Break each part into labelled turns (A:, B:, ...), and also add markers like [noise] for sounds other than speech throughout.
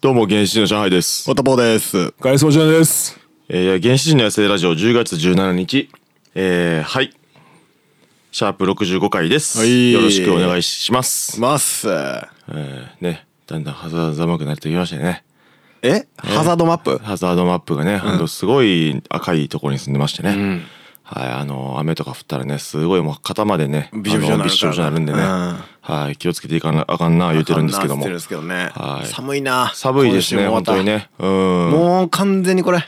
A: どうも、原始人の上海です。
B: おたぽです。
C: ガイソジャンです。
A: えー、原始人の野生ラジオ10月17日、えー、はい。シャープ65回です。
B: はい
A: よろしくお願いします。
B: ます。
A: ね、だんだんハザード寒くなってきましたね。
B: えハザードマップ
A: ハザードマップがね、ほんとすごい赤いところに住んでましてね。はい、あの、雨とか降ったらね、すごいもう肩までね、
B: びしょびしょ
A: あの
B: になるからね
A: びしょびしょになるんでね、
B: うん
A: はい、気をつけていかなあかんな言うてるんですけども
B: あか。なって言ってるんですけどね
A: はい
B: 寒いな。
A: 寒いですね、
B: 今
A: 本
B: 週も終
A: 当
B: わ
A: に
B: った。
A: ね。うん。
B: もう完全にこれ、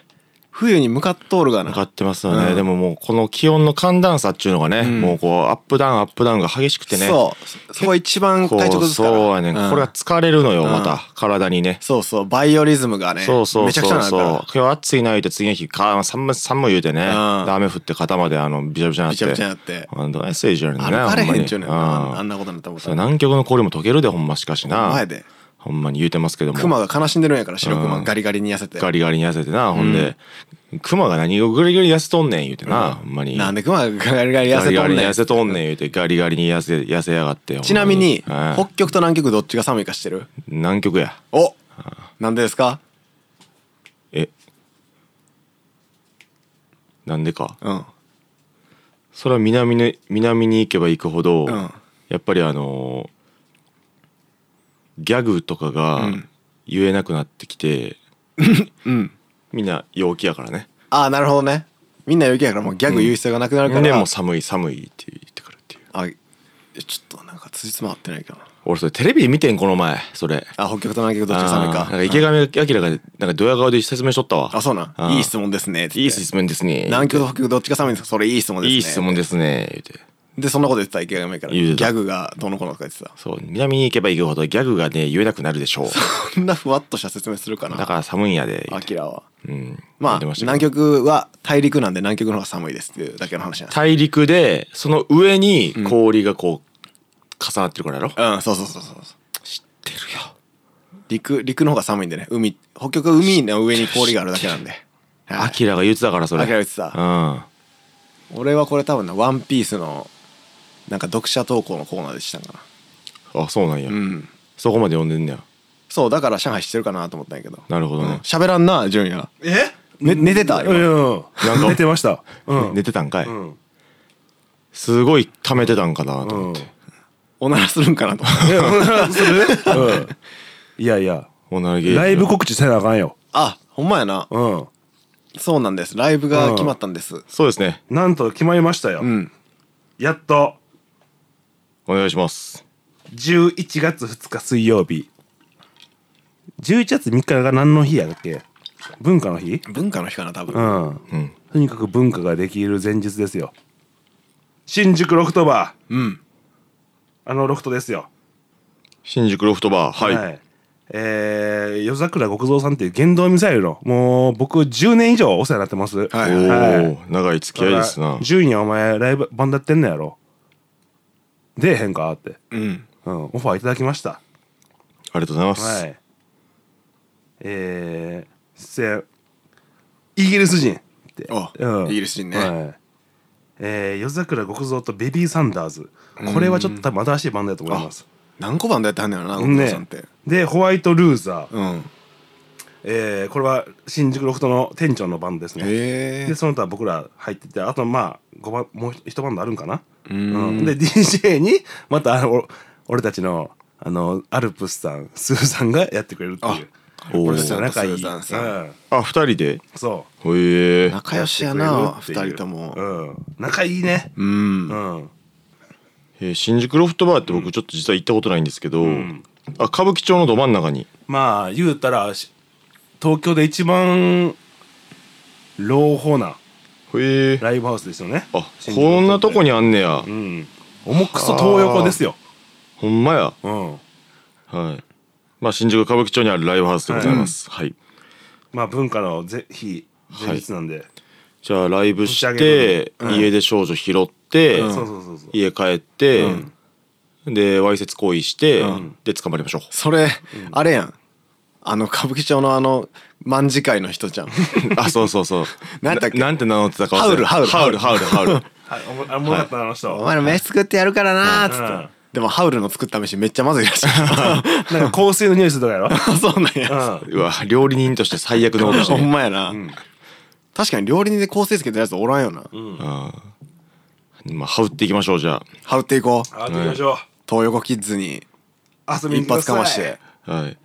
B: 冬に向かっとるがな。
A: 上がってますよね、
B: うん
A: でももうこの気温の寒暖差っていうのがね、もうこうアップダウンアップダウンが激しくてね
B: そう。そこ一番
A: こ
B: 体調
A: う
B: 崩すから。
A: そうやね、ん、これが疲れるのよまた、
B: うん
A: 体にね
B: そうそう、バイオリズムがね、
A: そうそう
B: めちゃくちゃ
A: そう
B: なる
A: そう
B: か
A: 今日暑いな言うて次の日か寒い寒い言うてね、
B: ん
A: で雨降って肩まであのびちゃびちゃ
B: ら、
A: にな
B: び
A: っ
B: ち
A: て
B: ゃびちゃになって。
A: ほんとねステージやねんね
B: 歩かれへんちゅうねん
A: ほまに
B: な。あんなことになったらも
A: そうう南極の氷も溶けるでほんましかしな
B: 前で。
A: ほんまに言うてますけども
B: クマが悲しんでるんやから、白ク
A: う
B: マ
A: ん
B: ガリガリに痩せて。
A: ガリガリに痩せてなほんで、クマが何をグリグリ痩せとんねん言うてな、ほんまに
B: なんでクマがガリガリ痩
A: ガ
B: せ
A: リ
B: と
A: ガ
B: ん
A: リに
B: ねん
A: 痩せとんねん言うてガリガリに痩せ痩せやがって
B: ちなみに、
A: ほんま
B: 北極と南極どっちが寒いかしてる
A: うん南極や
B: おなんでですか
A: えなんでか
B: うん。
A: それは南に南に行けば行くほど、
B: うん
A: やっぱりあのーギャグとかが言えなくなってき [laughs] て、みんな陽気やからね
B: ああ、なるほどね。みんな余計やからもうギャグ言う必要がなくなるから。
A: でも寒い寒いって言ってくるっていう
B: あ、えちょっとなんか辻褄合ってないかな。
A: 俺それテレビで見てんこの前それ
B: あ、北極と南極どっちが寒い
A: あ
B: か
A: ー。なんか池上彰がなんかドヤ顔で説明しとったわ
B: あ、そうなん。いい質問ですね。
A: いい質問ですね
B: 南極と北極どっちが寒いんですかそれいい質問ですね。
A: いい質問ですね言うて
B: で、そんなこと言ってた池上から。ギ
A: 言うてた
B: ャグがどうのこうのとか言ってた。
A: そう南に行けば行くほどギャグがね言えなくなるでしょう
B: こんなふわっとした説明するか
A: だ
B: な。
A: から寒いんやで言
B: ア
A: うて
B: キラは。
A: うん言
B: ま
A: っ
B: あ、
A: てしたけど
B: 南極は大陸なんで南極の方が寒いですっていうだけの話なんです。
A: 大陸でその上に氷がこう重なってるからやろ
B: うん、そうそうそうそうそう。
A: 知ってるよ
B: 陸陸の方が寒いんでね海北極は海の上に氷があるだけなんではい
A: アキラが言ってたからそれ
B: アキラ言ってた
A: うん
B: 俺はこれ多分な「ワンピースのなんか読者投稿のコーナーでしたんかな
A: あそうなんや
B: うん
A: そこまで読んでんねや
B: そうだから上海してるかなと思ったんやけど
A: なるほどね
B: うん喋、らんな純也
C: え
B: ね寝てた
C: いやい
B: 今
C: や寝てました。うん。
A: 寝てたんかい
C: うん。
A: すごい溜めてたんかなと
C: う
A: 思
C: ん
A: っ。て
B: おならするんかなと思っ
C: い
B: て
C: やそれでうん。いやいや。
A: おならげ
C: ライブ告知せなあかんよ。
B: あほんまやな
C: うん。
B: そうなんですライブが決まったんです
A: そうですね
C: なんと決まりましたよ
B: う。ん
C: やっと
A: お願いします
C: 11月2日水曜日。11月3日が何の日やっけ？文化の日？
B: 文化の日かな多分、
C: うん。
A: うん
C: とにかく文化ができる前日ですよ。新宿ロフトバー。
B: ん
C: あのロフトですよ。
A: 新宿ロフトバーはい
C: えー夜桜極蔵さんっていう言動ミサイルのもう僕10年以上お世話になってますは
A: お
B: は
C: い
B: い
A: おー長い付き合いですな
C: 順位はお前ライブバンドやってんのやろ出えへんかって、
B: うん
C: うん、オファーいただきました
A: ありがとうございます、
C: はいえー、出演イギリス人って
B: お
C: うん
B: イギリス人ね
C: はいえー、夜桜極蔵とベビー・サンダーズこれはちょっと多分新しいバンドだと思います
B: 何個バンドやってはんねやろな奥野さんって、
C: でホワイト・ルーザー、
B: うんへ
C: えーこれは新宿ロフトの店長のバンドですね
B: え
C: でその他僕ら入っててあとまあ5番もう一バンドあるんかな
B: うん
C: うんで DJ にまたあのお俺たちのあのアルプスさんスーさんがやってくれるっていう
A: おー
C: 俺たちの仲いい、う
B: スーさんさ
C: ん、
A: あ二人でへ
C: そ
A: え
B: 仲良しや
C: う
B: な
C: やってく
B: 二
C: れるっていう
B: 人とも
C: うん、仲いいね
B: うん
C: うん
A: えー新宿ロフトバーって僕ちょっと実は行ったことないんですけど、あ歌舞伎町のど真ん中に
C: まあ言うたらし東京で一番朗報な
A: へえ
C: ライブハウスですよね
A: あこんなとこ
C: に
A: にあんねや、
C: うん重くそ東横ですよ
A: ほんまや
C: うん
A: はいまあ新宿歌舞伎町にあるライブハウスでございますはい、
C: まあ文化のぜ日前日なんで、
A: じゃあライブし
C: 打ち上
A: て、家で少女拾って、
B: うん
C: そうそうそうそう
A: 家帰って、でわいせつ行為して、
B: うん
A: で捕まりましょう [laughs]
B: それ、あれやんあの歌舞伎町のあの卍会の人じ [laughs] ゃん
A: あそうそうそう
B: なんだっけ
A: なんて名乗ってたか忘れ
B: ハウルハウル
A: ハウルハウルハウル
C: はいおもあおもろかったなあの人
B: お前ら飯作ってやるからなーっつって、
C: うん
B: でもハウルの作った飯めっちゃまずいらしい
C: なんか香水の匂いするとかやろ
B: [laughs] そうなんや、
C: うん
A: うわ料理人として最悪のことして
B: ほん
A: る
B: まやな、確かに料理人で好成績のやつおらんよな、
A: うんまあ羽織っていきましょうじゃ
B: ハウっていこう
C: あ行きましょう
B: 東横キッズに
C: 遊び
B: 一
C: に来てくだ
B: 発
C: さ
B: か
C: い
B: まして
A: あはい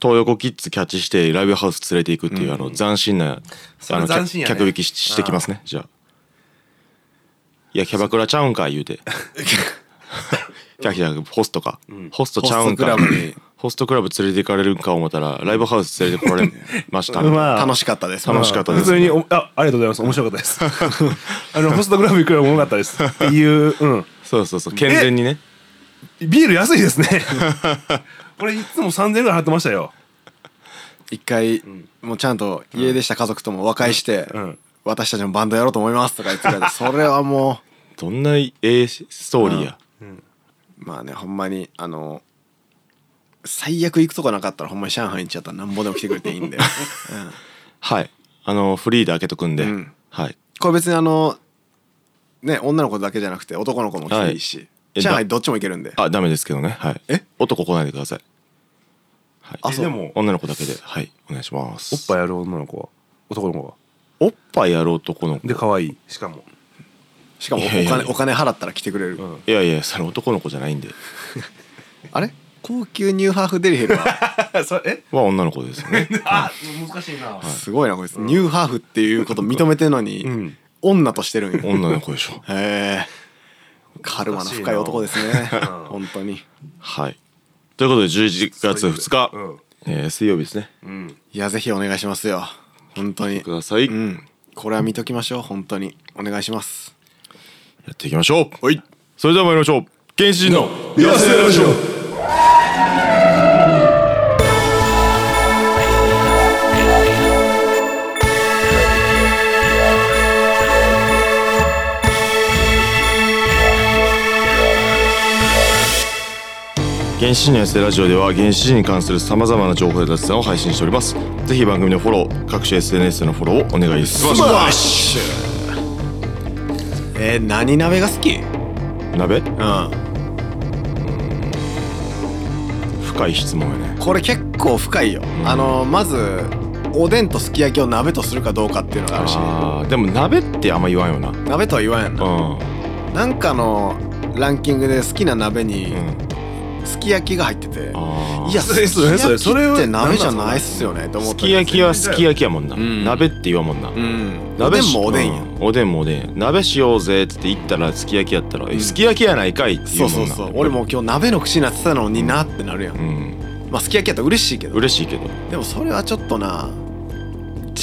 A: 東横キッズキャッチしてライブハウス連れていくっていう、あの斬新なあ
C: それ
A: の
C: 斬新やね
A: 客客引きししてきますねじゃあいやキャバクラちゃうんか言う
B: [laughs]
A: てキャキャホストか、ホストちゃうんか
B: ホストクラブに
A: ホストクラブ連れて行かれるんか思ったらライブハウス連れてこられましたね、
C: まあ
B: 楽しかったです
A: 楽しかったです
C: 普通におあありがとうございます面白かったです [laughs] あのホストクラブ行くよりも面白かったですっていう、うん、
A: そうそうそう健全にね
C: ビール安いですね俺いつも3000円ぐらい払ってましたよ
B: 一回、もうちゃんと家出した家族とも和解して、
C: うん
B: 私たちもバンドやろうと思いますとか言ってくれ
C: [laughs]
B: てそれはも
A: どんなええストーリーや、
B: うまあねほんまにあの最悪行くとこなかったらほんまに上海行っちゃったらなんぼでも来てくれてい
A: [laughs]
B: いんで、うん
A: はいあのフリーで開けとくんで、
B: うん
A: はい
B: これ別にあのね女の子だけじゃなくて男の子も来ていいし、
A: い
B: 上海どっちも行けるんで
A: あダメですけどねはい
B: え
A: 男来ないでください、はい、
B: あそう
C: でも
A: 女の子だけではいお願いします
C: おっぱいやる女の子は男の子は
A: おっぱいやろうとこの子
C: で可愛いしかも
B: しかもお
A: いやい
B: 金
A: やいや
B: お金払ったら来てくれる、
C: ん
A: いやいやそれ男の子じゃないんで
B: あれ高級ニューハーフデリヘルは
C: [laughs] それ
A: は女の子ですよ
C: [laughs]
A: ね
C: あ難しいな、
B: すごいなこいつ、ニューハーフっていうこと認めてんのに、
C: うん
B: 女としてるんや
A: 女の子でしょ
B: へえカルマの深い男ですね本当に
A: はいということで11月2日、
C: うん
A: えー水曜日ですね
C: うん、
B: いやぜひお願いしますよ本当に
A: ください、
B: うんこれは見ときましょう本当にお願いします
A: やっていきましょうはいそれでは参りましょう原始人の養成ラジオ原始人の野生ラジオでは原始人に関するさまざまな情報や雑談を配信しておりますぜひ番組のフォロー各種 SNS のフォローをお願いします
B: ッシュえー、何鍋が好きう
A: 鍋
B: ん
A: 深い質問やね
B: これ結構深いよあのまずおでんとすき焼きを鍋とするかどうかっていうのがあるし
A: あーでも鍋ってあんま言わんよな
B: 鍋とは言わんやんな
A: うん
B: なんかのランキングで好きな鍋にすき焼きが入ってて
A: あ
B: いや、
C: そ
B: す
C: れ
B: き焼
C: それ
B: き
C: それ
B: って
C: は
B: 鍋じゃないっすよねと思っ
A: す
B: て。
A: き焼きはすき焼きやもんな、
B: ん
A: 鍋って言わんもんな、
B: うん。お
A: 鍋
B: でん
A: し
B: もおでんや
A: う。おでんもおでんや鍋しようぜっつって言ったらすき焼きやったら、えすき焼きやないかいって
B: そ
A: 言う
B: うそ
A: もん
B: う
A: な
B: そう。俺もう今日鍋の口になってたのになってなるやん
A: う。ん
B: まあすき焼きやったら嬉しいけど。
A: 嬉しいけど
B: でもそれはちょっとな、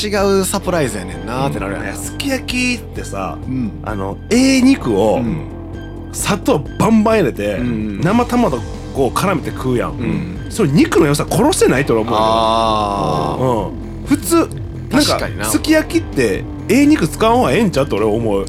B: 違うサプライズやねんなってなるやん
C: いや。すき焼きってさ
B: うん。
C: あのええ肉を
A: うん
C: 砂糖バンバン入れて、
B: うん
C: 生卵を絡めて食うやん、
B: うん。
C: それ肉の良さ殺してないと俺は
B: ああ。
C: 思う、うん、普通なん
B: 確
C: か
B: かにな
C: すき焼きってええ肉使わん方がええんちゃうと俺は思う、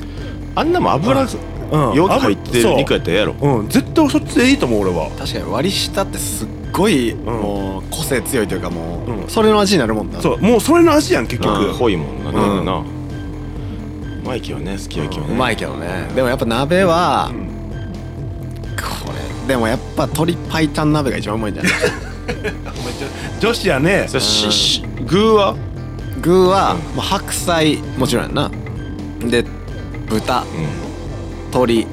A: あんなもん油
C: うんうん、
A: よく入ってる肉やったらええやろ
C: そう、うん、絶対そっちでいいと思う俺は
B: 確かに割り下ってすっごいもう個性強いというかも
C: う
B: う
C: ん
B: それの味になるもんな。
C: そうもうそれの味やん結局、
A: 濃いもんなで
B: うん
A: もな、うマイキーはねすき焼きは
B: う
A: ね
B: まいけどね。でもやっぱ鍋は
C: う、ん
B: これ。でもやっぱ鶏白湯鍋が一番うまいんじゃない
C: 女子やね
A: さしし具は
B: 具は、
A: うん
B: まあ、白菜もちろんやんなで豚
A: うん
B: 鶏、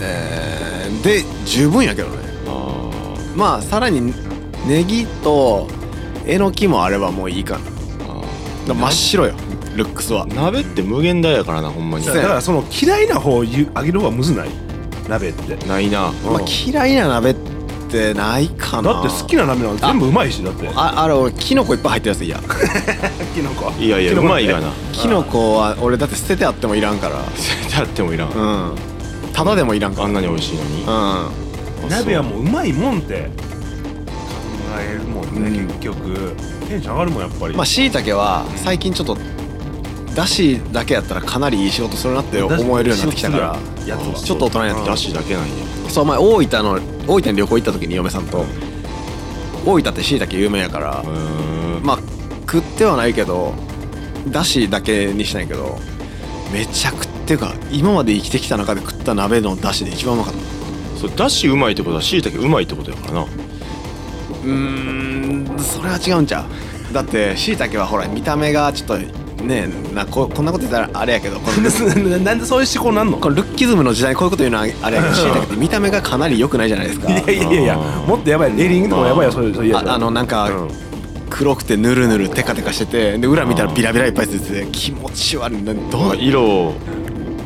B: えーで十分やけどね
A: あー
B: まあさらにネギとえのきもあればもういいかなだか
A: あ
B: ら真っ白よルックスは
A: ー鍋って無限大やからなほんまに
C: だ
B: そうや
C: からその嫌いな方を言うあげる方がむずない鍋って
A: ないな [laughs]
B: まあ、嫌いな鍋ってないかな
C: だって好きな鍋なんて全部うまいしだって
B: ああれ俺キノコいっぱい入ってるやついや
C: きのこ
A: いやいやうまいがな
B: キノコは俺だって捨ててあってもいらんから
A: 絶対あってもいらん、
B: うんただでもいらんか
A: あんなに美味しいのに、
B: ら
C: 鍋は
A: う
C: もううまいもんって考えるもんね、
B: うん
C: 結局テンション上がるもんやっぱ
B: う
C: り
B: んまあしいたけは最近ちょっとだしだけやったらかなりいい仕事するなって思えるようになってきたから
C: やつは
B: ちょっと大人になってき
A: だ
B: た
A: しだけなんや
B: そう前大分の大分に旅行行った時に嫁さんと大分ってしいたけ有名やから
A: うーん
B: まあ食ってはないけどだしだけにしたんやけどめちゃくっていうか今まで生きてきた中で食った鍋のだしで一番うまかった
A: そうだしうまいってことはしいたけうまいってことやからな
B: うーんそれは違うんちゃうだってしいたけはほら見た目がちょっとねえなここんなこと言ったらあれやけどこの
C: [laughs] なんでそういう思考なんの
B: このルッキズムの時代にこういうこと言うのはあれやけどしいたけって見た目がかなり良くないじゃないですか
C: いやいやいやもっとやばいエリングとかやばいよそういうそういうやつ
B: ああのなんか、
C: うん
B: 黒くてぬるぬるテカテカしててで裏見たらビラビラいっぱいついてて気持ち悪いなど
A: まあ
B: う
A: 色を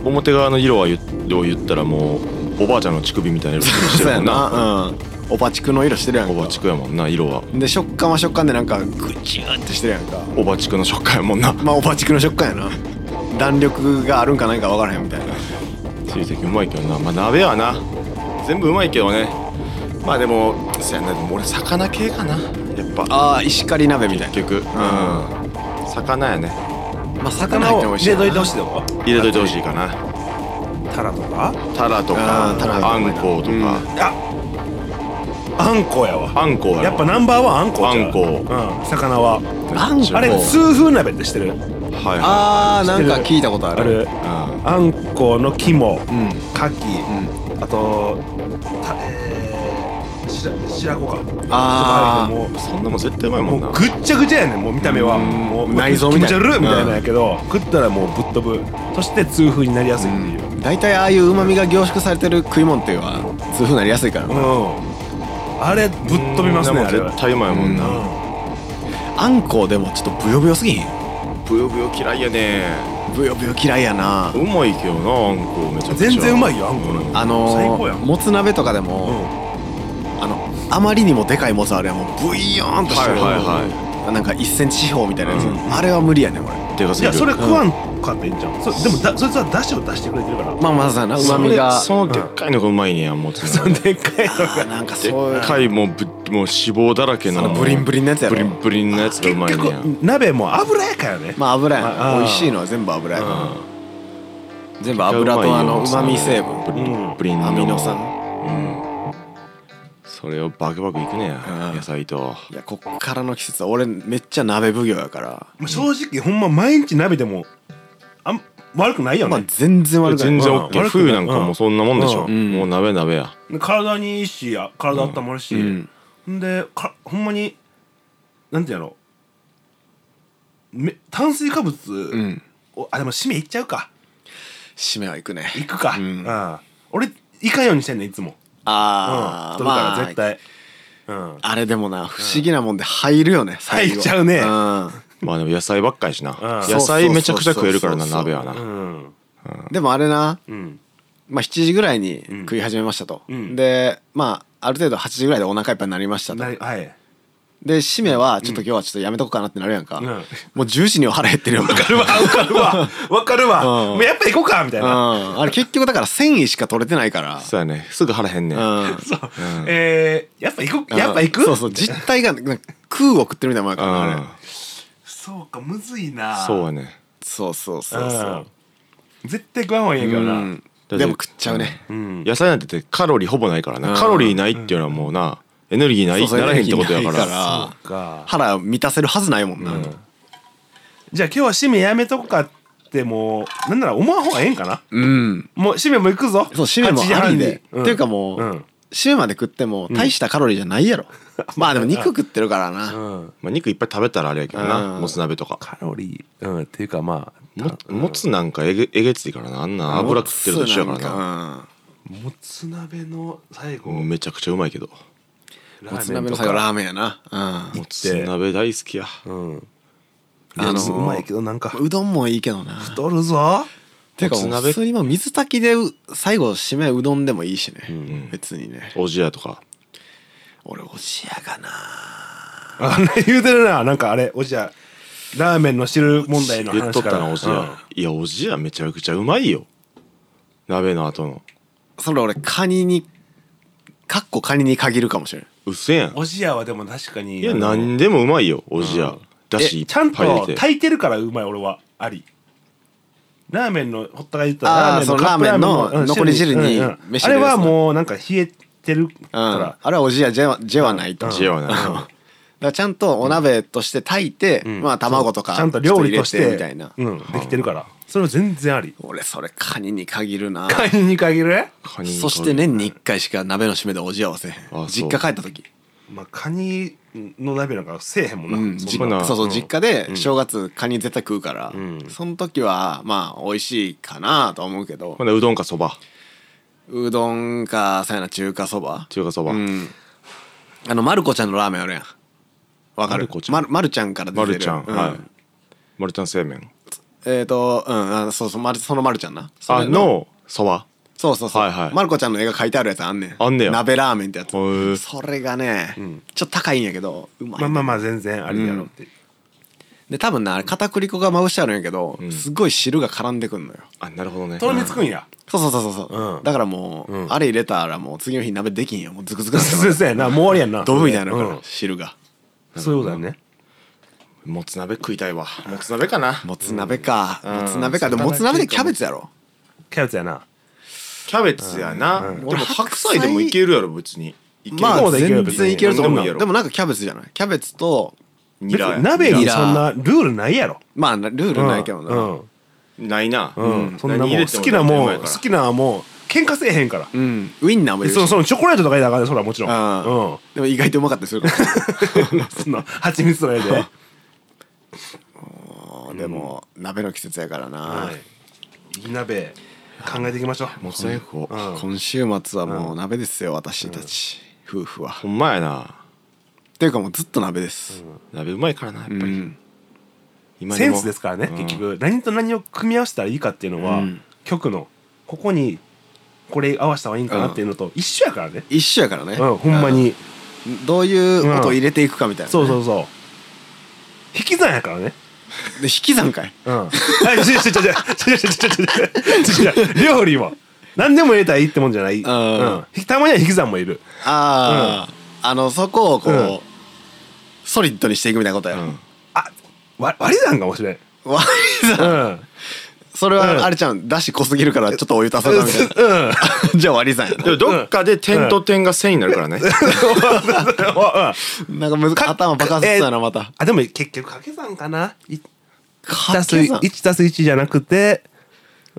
A: 表側の色は言を言ったらもうおばあちゃんの乳首みたいな色して
B: そう
A: る
B: や
A: もんな
B: なうんおばちくの色してるやんか
A: おばちくやもんな色は
B: で食感は食感でなんかグチューってしてるやんか
A: おばちくの食感やもんな
B: まあおばちくの食感やな弾力があるんかないか分からへんみたいな
A: しいたけうまいけどなまあ鍋はな全部うまいけどねまあでもそうやなでも俺魚系かなやっぱ
B: ああ石狩鍋みたいな
A: 結局うん魚やね
B: まあ魚
C: 魚
B: 入っ
C: を
B: ても美味し
C: 入
B: い
C: れ
B: よな
C: といてほしいでも
A: 入れといてほしいかな
C: タラとか
A: タラと
B: あ
A: か
B: ータラ
A: あんこうとか
C: ああんこやわ
A: あんこうやろ
C: やっぱナンバーワンあんこちゃう
A: あんこ
C: うん魚は
B: あんこ
C: あれ痛風鍋って知ってる
A: はいは
B: あーなんか聞いたことあ
C: あ
B: る
C: れあんこの肝
B: うんうん
C: 牡蠣あとたえー白白子か
B: あー
C: も
A: いそんなもん絶対うまいうもん
C: も
A: な
C: うぐっちゃぐちゃやねんもう見た目は
B: うん
C: もう
B: 内臓みたいな
C: 気持ち悪いみたいなんやけど、食ったらもうぶっ飛ぶそして痛風になりやすいっていう
B: 大体ああいううまみが凝縮されてる食い物っていうのはそういうふうになりやすいから
C: う、
B: なん
C: あれぶっ飛びますね
A: うん
C: あれは
A: 絶対うまいもんな
B: う
C: う
B: あんこでもちょっとブヨブヨすぎへん
A: ブヨブヨ嫌いやね
B: ブヨブヨ嫌いやな
A: うまいけどなあんこめちゃ
C: ん
A: くちゃ
C: 全然うまいよあんこの、
B: あ
C: 最高や
B: の
C: ん
B: ー、もつ鍋とかで
C: う
B: も、
C: ん
B: あのあまりにもでかいもつあれはもうブイヨーンとしてる、
A: はいはい
B: なんか1センチ四方みたいなやつ、
A: うん
B: あれは無理やねん俺
A: でかすぎる
C: いやそれ食わんかったらいいんじゃん、そでもだそいつは出汁を出してくれてるから
B: まあまあさなうまみが
A: それそのでっかいのがうまいねやもうつ
C: そ
A: な
C: のでっかいの
B: あー
C: が
B: なんか
A: で
B: そういう
A: っかいもうぶもう脂肪だらけ
B: あ
A: の
B: のブリンブリンのやつや
A: ブ
B: ろ
A: リンブリンのやつがうまい
C: 結
A: ねや
C: 構鍋も油やからね、
B: まあ油やな、
C: あー
B: 美味しいのは全部油やな、
A: う
B: 全部油とあのうまみ成
A: ブ
B: 分
A: リンブリンの
B: アミノ酸
A: うんそれをバクバクいくねや
B: うん
A: 野菜と
B: いやこっからの季節は俺めっちゃ鍋奉行やから、
C: まあ正直ほんま毎日鍋でもあん悪くないよね、
B: まあ全然悪くない
A: 全然
C: うん
A: OK 冬なんかもうそんなもんでしょ
B: ん
A: もう鍋鍋や
C: で体にいいしあ体温まるし、
B: うん
C: んでかほんまになんていうのめ炭水化物、
B: うん
C: おあでも締めいっちゃうか
B: 締めはいくね
C: いくか、
B: うん
C: ああ俺いかんようにしてんねんいつも、うん、
B: ああ、
C: 太るか
B: ま
C: ら
B: あ
C: 絶対、うん
B: あれでもな不思議なもんで入るよね最後
C: 入っちゃうね
B: う
A: まあでも野菜ばっかりしな
C: うん
A: 野菜めちゃくちゃ食えるからな
B: そうそうそう
A: 鍋はな
B: そう
C: うん
B: んでもあれな、
C: うん
B: まあ、7時ぐらいに食い始めましたと、
C: うん
B: でまあある程度8時ぐらいでお腹いっぱいになりましたと
C: なはい
B: で締めはちょっと今日はちょっとやめとこうかなってなるやんか、
C: うん
B: もう10時には腹減ってるやんか
C: [laughs] わかるわわかるわわかる
B: う
C: わ
B: ん
C: もうやっぱ行こうかみたいな、
B: うん、あれ結局だから繊維しか取れてないから
A: そうやねすぐ腹減んねん
B: うん
C: そう、えーやっぱ行こやっぱ行く、
B: そうそう実体がなんか空を食ってるみたいなもんやからなあ
A: う
B: れ
A: ん
C: そうかむずいな
A: そうやね
B: そうそう
C: う
B: そうそ
C: ん絶対食わんほうがいいか
B: う、
C: ら
B: う
C: な、
B: ん、でも食っちゃうね、
C: うん
A: 野菜なんててカロリーほぼないからな
B: うん
A: カロリーないっていうのはもうなエネルギーない
B: そうそう
A: ならへんってことやか
B: エネルギーないからあ
C: そうか
B: 腹満たせるはずないもんな、
C: じゃあ今日は締めやめとこかってもうなんなら思わん方がええんかな
B: うん。
C: もう締めも行くぞ
B: そう、締めも
C: 8時
B: あ
C: 半
B: り
C: に
B: で。っていうかもう、
C: うん
B: 締めまで食っても大したカロリーじゃないやろ。まあでも肉食ってるからな。
C: うん
A: まあ肉いっぱい食べたらあれやけど
B: う
A: なんもつ鍋とか
C: カロリーうんっていうかまあ
A: ももつなんかえげえげついからなあんな油食ってると一緒やからな
B: な。
C: もつ鍋の最後
A: もうめちゃくちゃうまいけど
C: ラーメンとか
B: もつ鍋の最後ラーメンやな。うん
A: もつ鍋大好きや
C: うんい
B: あ
C: や
B: の
C: うまいけどなんか
B: まあ。うどんもいいけどな。
C: 太るぞ
B: ていうか
A: もつ
B: もう
A: 鍋
B: 普通にもう水炊きでう最後締めうどんでもいいしね
A: ん。
B: 別にね。
A: おじやとか
B: 俺おしやかな。
C: あんな言うてるななんかあれおじゃラーメンの汁問題の
A: 言っと
C: 話
A: っ
C: か
A: た
C: ら
A: なおじやいやおじやめちゃくちゃうまいよ鍋の後の
B: それ俺カニに、かっこカニに限るかもしれない。
A: うっせえや
C: うん
A: ん
C: おじやはでも確かに
A: いや
C: あの
A: 何でもうまいよおじやだしい
C: え
A: っ
C: ちゃん
A: ぱい
C: と
A: 出て
C: 炊いてるからうまい俺はありラーメンのほったが言った
B: あーその
C: カップ
B: ラーメンの
C: うん
B: 残り汁に
C: うんうん
B: 飯
C: あ
B: 入れる
C: れ
B: やつな
C: はもうなんか冷えてるか
B: うん。あ
C: ら
B: れはおじやじゃじゃはないと。
A: おじやはな
B: だからちゃんとお鍋として炊いて、
C: うん
B: まあ卵とか
C: ちゃんと料理とし
B: ちょっ入れ
C: て
B: みたいな、
C: うんできてるからそれも全然あり
B: 俺それカニに限るな
C: 会員に限る
A: カニ
B: そして年に1回しか鍋の締めでおじ合わせへ
A: あそ
B: ん
A: う
B: 実家帰った時
C: まあカニの鍋なんかせえへんもんな、
B: うん、
C: そ
B: 実
C: んな
B: 家そうそう、
C: ん
B: 実家で正月カニ絶対食うから、
C: ん
B: その時はまあ美味しいかなとは思うけど、
A: ほなうどんかそば
B: うどんかさやな中華そば
A: 中華そば、
B: うんあのまる子ちゃんのラーメンあるやんわか
A: ま
B: る
A: る子ちゃん
B: まるまるちゃんから出て
A: ま
B: る
A: るちゃん、
B: う
A: はいまるちゃん製麺
B: えっ、とうんあそうそう、まる、そのまるちゃんなそ
A: あ
B: れ
A: のそば
B: そうそうそう、
A: はいはい
B: まる子ちゃんの絵が書いてあるやつあんねん
A: あんねや
B: 鍋ラーメンってやつ
A: へえ
B: それがね、ちょっと高いんやけどうまい
C: まあまあまあ全然ありやろって、
B: で多分なあれ片栗粉がまぶしてあるんやけど、すごい汁が絡んでくんのよ
A: あなるほどね
C: とろみつくんや、
B: そうそうそうそうそう、
C: うん
B: だからもう、
C: うん
B: あれ入れたらもう次の日鍋できんよもうズクズクなって
C: [laughs] そうそうやなもう終わりやんな
B: ドブみたいになるから、
C: うん
B: 汁が
C: そういうことだね
A: もつ鍋食いたいわもつ鍋かな
B: もつ鍋か、
A: うん
B: もつ鍋か
A: うん
B: でももつ鍋でキャベツやろ
C: キャベツやな
A: キャベツやな、
B: ん
A: でも白菜でもいけるやろ別にいける
B: ま
C: で
B: あ
C: もできる
B: 全
C: よ別に
B: 然いけると思う
A: 何でもいいや
B: な
A: ろ
B: でもなんかキャベツじゃないキャベツと
A: ニラや
C: 別に鍋
B: ニ
C: に
B: ラ
C: そんなルールないやろ
B: まあルールないけどな、
C: うん
A: ないな、
C: うんそんなも
A: 何
C: ん
A: 入れて
C: 好きなも
A: 何でや
C: ん好
A: から
C: きなもん喧嘩せえへんから、
B: うん、ウインナーもいるし
C: そのそのチョコレートとかいらなあかんねそれはもちろ
B: あ
C: ん、うん、
B: でも意外とうまかったりするか
C: その蜂蜜の絵で、は
B: らでも鍋の季節やからな、
C: い、いい鍋考えていきましょう
A: もつ鍋食おう、
C: うん
B: 今週末はもう鍋ですよ私たち、夫婦は、
A: ほんまやな
B: っていうかもうずっと鍋です、
A: 鍋うまいからなやっぱり、
B: うん
A: 今
C: セ
A: も
C: ンスですからね、
A: うん
C: 結局何と何を組み合わせたらいいかっていうのは、
B: うん
C: 曲のここにこれ合わせた方がいいんかなっていうのと一緒やからね、
B: 一緒やからね、
C: うん、ほんまに、
B: どういう音を入れていくかみたいな、ね
C: そうそうそう引き算やからね
B: で引き算かい
C: うんはいちょちょちょちょちょちょちょちょちょちょちょ料理は何でも入れたらいいってもんじゃない、
B: ん
C: うん、たまには引き算もいる
B: ああ、あのそこをこう、
C: うん
B: ソリッドにしていくみたいなことや、
A: うん
C: あわ割り算かもしれん
B: わ
C: う
B: さ
C: ん
B: それ
C: うん
B: はあれちゃんだし濃すぎるからちょっとお湯足そうかみたいな
C: うん
B: じゃあ割り算や
A: でもどっかで点と点が線になるからね、
B: ななんか難か頭爆発しそうやなまた
C: あでも結局掛け算かな
B: か
C: 足す1たす1じゃなくて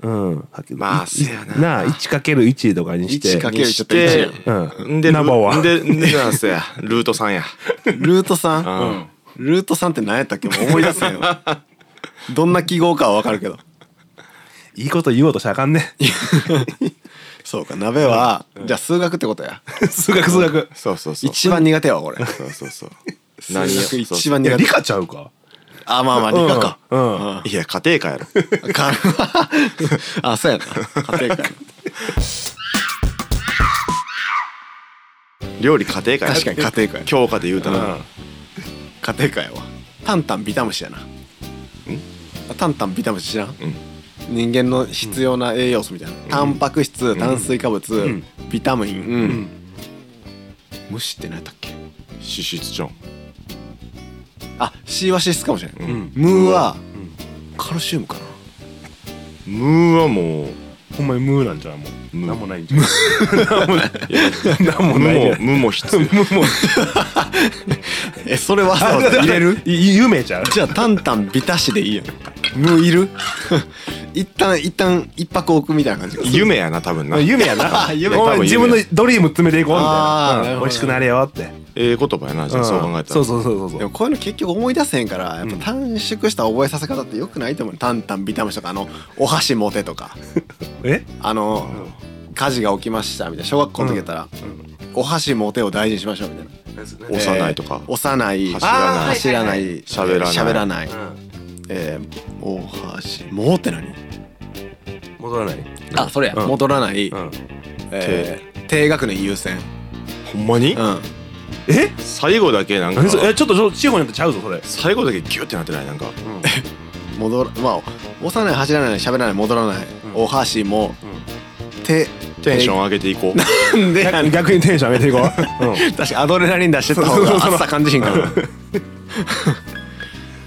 C: うん
A: まあ
C: い
A: せやな
C: なあ 1×1 とかにして
B: 1かけるちょっと
A: に
B: 1
A: し
B: や
A: て
C: うん
A: で
C: ナンバーワン
A: ででなんすやルート3や
B: ルート3、
A: うん
B: ルート3って何やったっけもう思い出せ
C: [laughs]
B: んよどんな記号かは分かるけど
C: いいこと言おうとしたらあかんね
B: そうか鍋は、じゃあ数学ってことや
C: 数学数学
A: そうそうそう
B: 一番苦手やわこれ
A: そうそうそう
B: 数学一番
C: いや
B: 苦
C: 理
B: 手
C: 科ちゃうか
B: あまあまあ理科か、
C: うんうん
A: いや家庭科やろ
B: か [laughs] あそうやな家庭科
A: 料理家庭科や
B: 確かに家庭科や
A: 教科で言うたら、
B: 家庭科やわタンタンビタムシやなあタンタンビタムシ知らん、人間の必要な栄養素みたいな、タンパク質炭水化物、ビタミン、虫って何やったっけ
A: 脂質ちょん
B: あ C は脂質かもしれない、
C: ん
B: ムーは、カルシウムかな
A: ムーはもう
C: ほんまに無なんじゃうもう
A: 無
C: なんもないんじゃうなんもないなんも
A: 無
C: ない
A: も
C: ね
A: 無も
B: [laughs]
A: 必要
C: 無も
B: えそれわざわざ入れ
C: [laughs]
B: る
C: い夢ちゃう
B: じゃあタンタンビタシでいいやんムーいる [laughs] 一旦一旦一泊置くみたいな感じか
A: 夢やな多分な
C: 夢やな
B: 夢
C: お
A: 多
C: い
A: 分夢
C: 自分のドリーム詰めていこうみ
B: あーない
C: た
B: るほ
C: なうん
B: ど
C: 美味しくなれよって
A: ええ言葉やなじゃあそう考えたら、
C: んそうそうそうそう
B: でもこういうの結局思い出せへんからやっぱ短縮した覚えさせ方ってよくないと思うタンタンビタムシとかあのお箸持てとか
C: え
B: あの火事が起きましたみたいな小学校の時やったらお箸持てを大事にしましょうみたいな
A: 幼いとか
B: えー幼い
A: 走らない
B: 走らない
A: 喋らない
B: 喋らない
C: うん
B: えーお箸持って何
C: 戻らない
B: あそれや
C: うん
B: 戻らない
C: うん
B: えー低学年優先
A: ほんまに、
B: うん
C: え
A: 最後だけなんか
C: 何それえちょっとちょっと地方によってちゃうぞそれ
A: 最後だけギュってなってないなんか
B: 戻らまあ幼い走らない喋らない戻らない
C: うん
B: お箸も手
A: テンション上げていこう、
B: なんでやねん
C: 逆逆にテンション上げていこううん
B: 確かにアドレナリン出してった方が暑さ感じひんから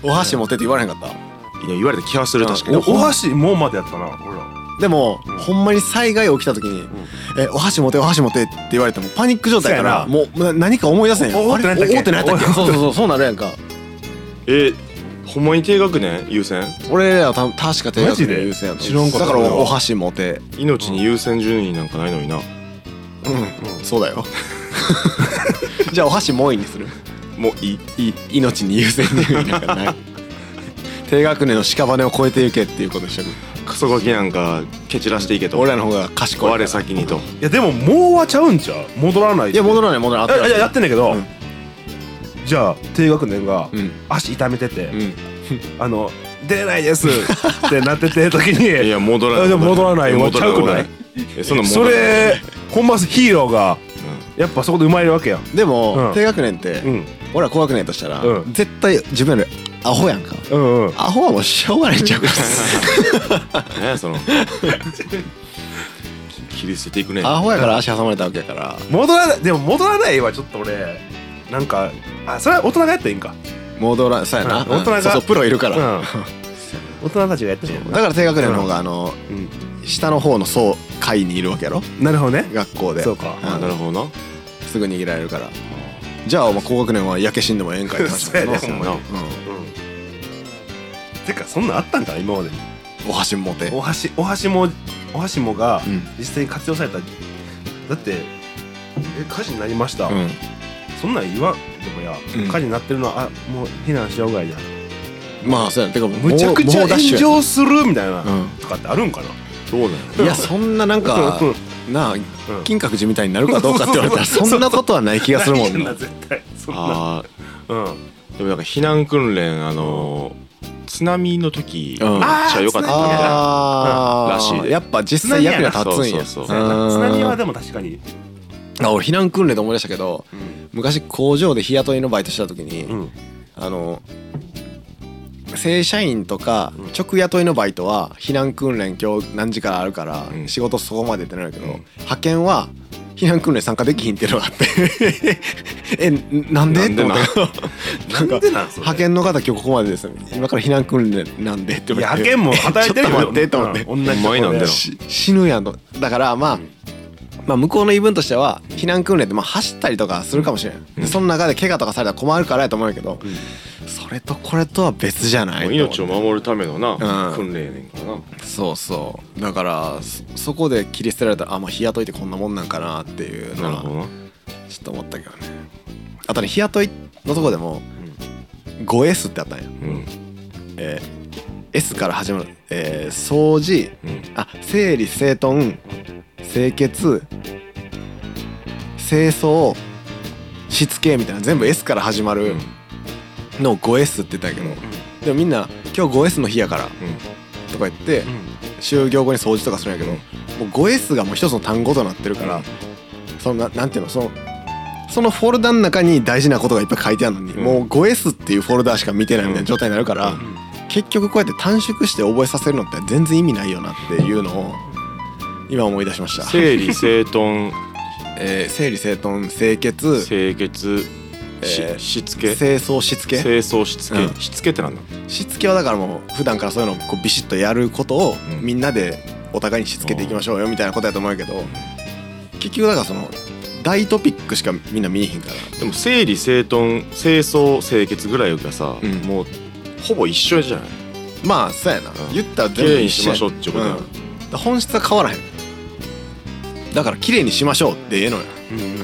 B: お箸持ってって言われへんかった
A: いや言われた気がする確かに
C: おお箸もうまでやったなほら
B: でも、ほんまに災害起きた時に「えお箸持てお箸持て」って言われてもパニック状態やか
C: そ
B: ら
C: うやな
B: もうな何か思い出せんよ
C: おお
B: あれ
C: ってなったっけ
B: おおってなったっけ
C: おお
B: そうそうそうそうなるやんか
A: えほんまに低学年優先
B: 俺らはた確か低
C: マ
B: 学
C: ジで
B: 年優先やと
C: 知らんかった
B: だからお箸持て
A: 命に優先順位なんかないのにな
B: うん、そうだよじゃあお箸もいにする
A: もういい
B: い命に優先順位なんかない低学年の屍を超えていけっていうことでし
A: クソガキなんか蹴散らしていけ
B: ょ
A: と
B: 俺らの方が賢いから
A: 我先にと
C: いやでももうはちゃうんちゃう戻らない
B: いや戻
C: ら
B: らない戻らない
C: いやいややってんだけど、
B: うん
C: じゃあ低学年が
B: うん
C: 足痛めてて、
B: うん
C: [laughs] あの出れないですってなってて時に
A: いや戻らない
C: いや戻らな
A: 戻ら
C: い
A: ない
C: もうちゃうくない
A: 戻らないえそんな
C: そ
A: 戻らない
C: れコンバースヒーローがやっぱそこで生まれるわけやん
B: でも、
C: うん
B: 低学年って、
C: うん
B: 俺ら高学年としたら、
C: うん
B: 絶対自分よりアホやんか
C: うんうん
B: アホはもうしょうがないんちゃうか
A: うん [laughs] 何やその切り捨てていくね
B: アホやから足挟まれたわけやから
C: 戻らないでも戻らないはちょっと俺なんかあそれは大人がやったらいいんか
B: 戻らんそうやな、
C: うん大人が
B: そうそうプロいるから、
A: [laughs]
C: うん大人たちがやってる
B: だから低学年の方が、あの
C: うん
B: 下の方の層階にいるわけやろ
C: なるほどね
B: 学校で
C: そうか
A: あなるほどな
B: すぐ逃げられるからじゃあお前高学年は焼け死んでもええんかいって話だ
C: そう
B: な
C: や
A: ほんま
B: う
A: なん
C: うんてかそんなんあったんかな今まで
B: お箸持て
C: お箸お箸もお箸もが
B: うん
C: 実際に活用されただってえ火事になりました、
B: うん
C: そんなん言わんでもや、
B: うん
C: 火事になってるのはあもう避難しようぐらいじゃん
B: まあそうやなてかもう
C: むちゃくちゃ
B: 猛ダッ
C: 炎
B: シュや
C: 上するみたいな、
B: うん
C: とかってあるんかな
A: どうだよ
B: いやそんななんか
C: うん
B: なあ金閣寺みたいになるかどうかって言われた
A: [laughs]
B: ら
C: そうそうそう
B: そんなことはない気がする
C: [laughs]
B: もん
C: な
B: ない
C: 絶対そんな
A: あ
C: うん
A: ーでもなんか避難訓練あのー津波の時
B: うん
A: めっちゃ良かったみたいな
B: あー
A: らしいで
B: やっぱ実際役には立つんや
A: そうそう
C: 津
A: そう
C: 波は
B: あ
C: でも確かに
B: 俺避難訓練で思い出したけど
C: うん
B: 昔工場で日雇いのバイトした時に、
C: うん
B: あの正社員とか
C: うん
B: 直雇いのバイトは避難訓練今日何時からあるから
A: うん
B: 仕事そこまでってなるけど、
A: うん
B: 派遣は避難訓練参加できひんっていうのがあって [laughs] えなん
A: な
B: で
A: んでな
B: って思ったなんか
C: なんでなんそれ
B: 派遣の方今日ここまでです今から避難訓練なんでって
C: い
B: 思
C: や
B: って
C: 派遣も働いてるよ
B: ちょっと待ってと思って
C: うん同じとこ
A: お前
C: で
A: なんだよ
B: し死ぬやんとだからまあ、まあ向こうの言い分としては避難訓練ってまあ走ったりとかするかもしれん、
A: うん
B: でその中で怪我とかされたら困るからやと思うんやけど、
C: う
B: それとこれとは別じゃない
A: もう命を守るためのな、
B: うん
A: 訓練やねんからな
B: そうそうだからそそこで切り捨てられたらあもう日雇いってこんなもんなんかなっていうの
A: なるほど
B: は
A: な
B: ちょっと思ったけどねあとね日雇いのとこでも 5S ってあったんや、
A: うん
B: えー S から始まる、えー掃除
A: うん
B: あ整理整頓清潔清掃しつけみたいな全部 S から始まるのを 5S って言ったんやけど、でもみんな「今日 5S の日やから」とか言って、就業後に掃除とかするんやけど、
A: うん
B: もう 5S がもう一つの単語となってるから、
A: うん
B: そのななんていうのそのそのフォルダの中に大事なことがいっぱい書いてあるのに、
A: うん
B: もう 5S っていうフォルダしか見てないみたいな状態になるから、結局こうやって短縮して覚えさせるのって全然意味ないよなっていうのを今思い出しました、
A: 整理整頓
B: えー整理整頓清潔
A: 清潔し,、
B: えー
A: しつ
B: 清
A: け
B: 掃しつけ
A: 清掃しつけ、
B: うん
A: しつけってなんだ
B: しつけはだからもう普段からそういうのをこうビシッとやることを
A: うん
B: みんなでお互いにしつけていきましょうよみたいなことやと思うけど結局だからその大トピックしかみんな見えへんから
A: でも整理整頓清掃清潔ぐらいがさ、
B: うん
A: もうほぼ一緒じゃない
B: まあそうやな、
A: ん
B: 言ったら
A: 綺
B: 全部
A: 麗に
B: 一
A: し
B: 緒や
A: ましょうってことや、
B: うんだ本質は変わらへんだから綺麗にしましょうってええのよ、
C: うんうん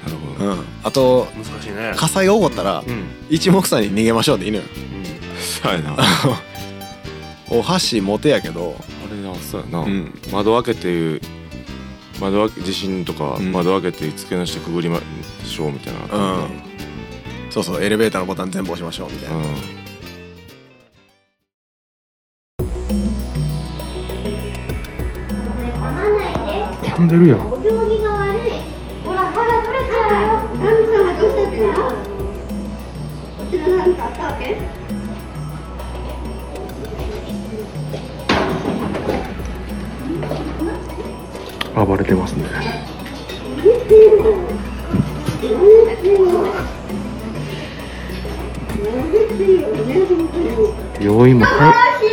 A: なるほど、
B: うん、あと
C: 難しいね
B: 火災が起こったら
C: うん
B: 一目散に逃げましょうでいいのよ
C: うん
A: そうやなあ
B: お箸持てやけど、
A: れなそうやな、
B: うん、
A: 窓開けて窓開け地震とか、
B: うん
A: 窓開けて机の下くぐりましょうみたいな、
B: うんそうそうエレベーターのボタン全部押しましょうみたいな、
A: うん
C: 飛んでるやん
D: お行儀が悪い。ほら、ほら、これからよ。神様どうしたってな。何かあったわけ
C: 暴れてますね病院も
D: 人殺し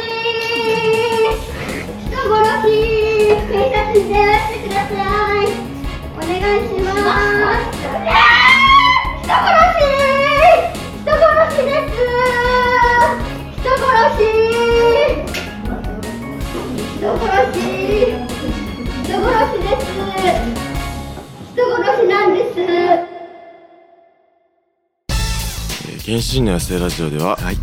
D: 人殺し警察に電話してくださいお願いします人殺し人殺しです
A: 原始人の野生ラジオでは、
B: はい